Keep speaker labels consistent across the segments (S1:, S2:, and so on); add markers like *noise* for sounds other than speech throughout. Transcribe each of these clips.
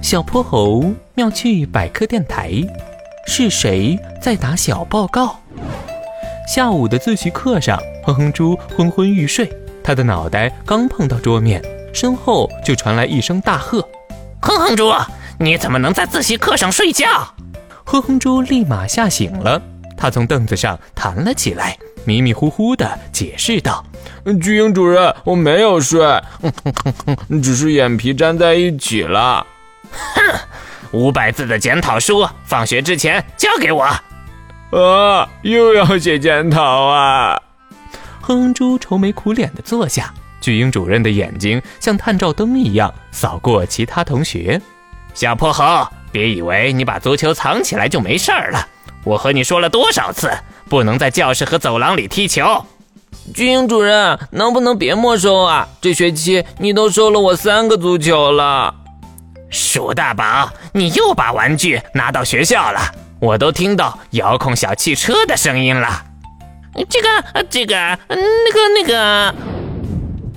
S1: 小泼猴妙趣百科电台，是谁在打小报告？下午的自习课上，哼哼猪昏昏欲睡，他的脑袋刚碰到桌面，身后就传来一声大喝
S2: 哼哼猪，你怎么能在自习课上睡觉？：“
S1: 哼哼猪！”立马吓醒了，他从凳子上弹了起来，迷迷糊糊地解释道
S3: 巨婴主人，我没有睡，只是眼皮粘在一起了。
S2: 五百字的检讨书，放学之前交给我。
S3: 啊，又要写检讨啊！：“
S1: 哼哼猪愁眉苦脸地坐下，巨婴主任的眼睛像探照灯一样扫过其他同学。”
S2: 小泼猴，别以为你把足球藏起来就没事儿了。我和你说了多少次，不能在教室和走廊里踢球。
S3: 巨婴主人，能不能别没收啊？这学期你都收了我三个足球了。
S2: 鼠大宝，你又把玩具拿到学校了，我都听到遥控小汽车的声音了。这个，呃这个，呃那个，那个。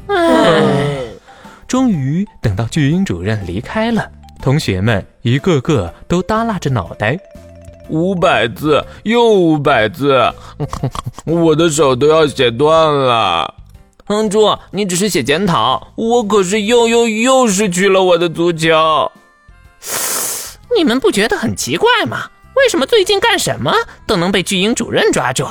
S1: 哦终于等到巨婴主任离开了，同学们一个个都耷拉着脑袋。
S3: 五百字又五百字，我的手都要写断了。哼嗯猪，你只是写检讨，我可是又又 *laughs* 又失去了我的足球。
S2: *sighs* 你们不觉得很奇怪吗？为什么最近干什么都能被巨婴主任抓住？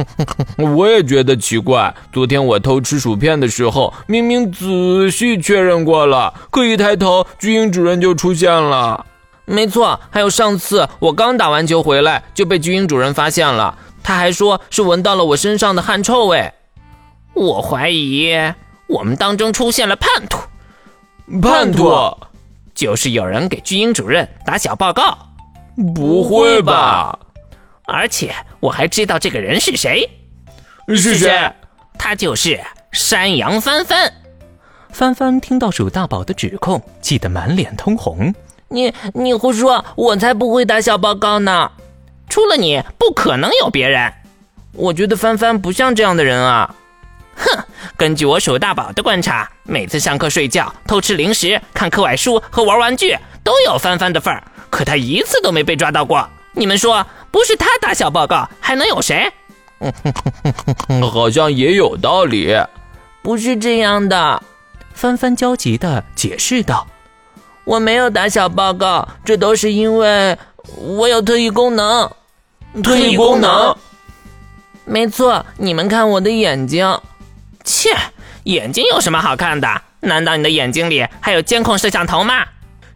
S3: *laughs* 我也觉得奇怪，昨天我偷吃薯片的时候，明明仔细确认过了，可一抬头，巨婴主任就出现了。没错，还有上次我刚打完球回来就被巨婴主任发现了，他还说是闻到了我身上的汗臭味。
S2: 哎我怀疑我们当中出现了叛徒，
S3: 叛徒？
S2: 就是有人给巨婴主任打小报告，
S3: 不会吧？
S2: 而且我还知道这个人是谁，
S3: 是谁？啊
S2: 他就是山羊翻翻。
S1: 帆帆听到鼠大宝的指控，气得满脸通红。
S3: 你你胡说！我才不会打小报告呢！
S2: 除了你，不可能有别人。
S3: 我觉得帆帆不像这样的人啊。
S2: 根据我鼠大宝的观察，每次上课睡觉、偷吃零食、看课外书和玩玩具，都有翻翻的份儿，可他一次都没被抓到过。你们说，不是他打小报告，还能有谁？
S3: 嗯，好像也有道理。
S4: 不是这样的，
S1: 帆帆焦急地解释道
S4: 我没有打小报告，这都是因为我有特异功能。
S3: 特异功能？
S4: 没错，你们看我的眼睛，
S2: 切，眼睛有什么好看的？难道你的眼睛里还有监控摄像头吗？：“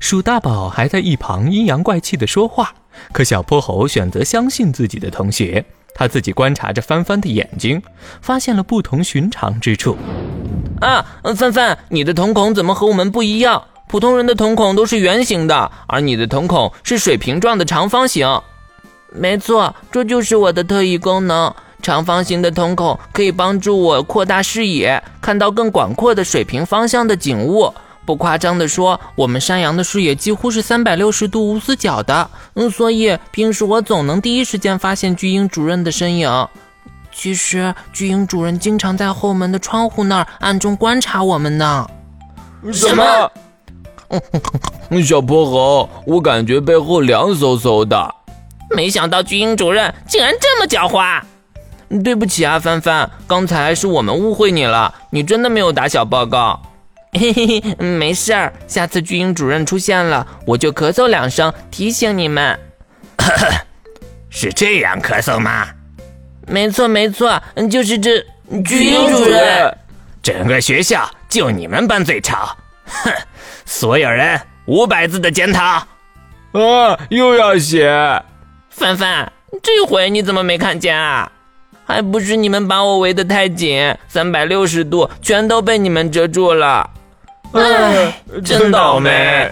S1: 鼠大宝还在一旁阴阳怪气地说话。”可小泼猴选择相信自己的同学，他自己观察着帆帆的眼睛，发现了不同寻常之处。
S4: 啊，呃范范，你的瞳孔怎么和我们不一样？普通人的瞳孔都是圆形的，而你的瞳孔是水平状的长方形。没错，这就是我的特异功能。长方形的瞳孔可以帮助我扩大视野，看到更广阔的水平方向的景物。不夸张地说，我们山羊的视野几乎是三百六十度无死角的，嗯，所以平时我总能第一时间发现巨婴主任的身影。其实巨婴主人经常在后门的窗户那儿暗中观察我们呢。
S3: 嗯什么？
S4: 嗯
S3: 小泼猴，我感觉背后凉飕飕的。
S2: 没想到巨婴主任竟然这么狡猾。
S4: 对不起啊，帆帆，刚才是我们误会你了，你真的没有打小报告。 *laughs* 嘿嘿嘿，没事儿，下次巨婴主任出现了，我就咳嗽两声提醒你们。
S2: 是这样咳嗽吗？
S4: 没错没错，嗯，就是这巨
S3: 巨婴主人，
S2: 整个学校就你们班最吵。哼，所有人五百字的检讨。
S3: 啊，又要写。
S4: 范范，这回你怎么没看见啊？还不是你们把我围得太紧，三百六十度全都被你们遮住了。
S3: 唉，
S4: 真倒霉。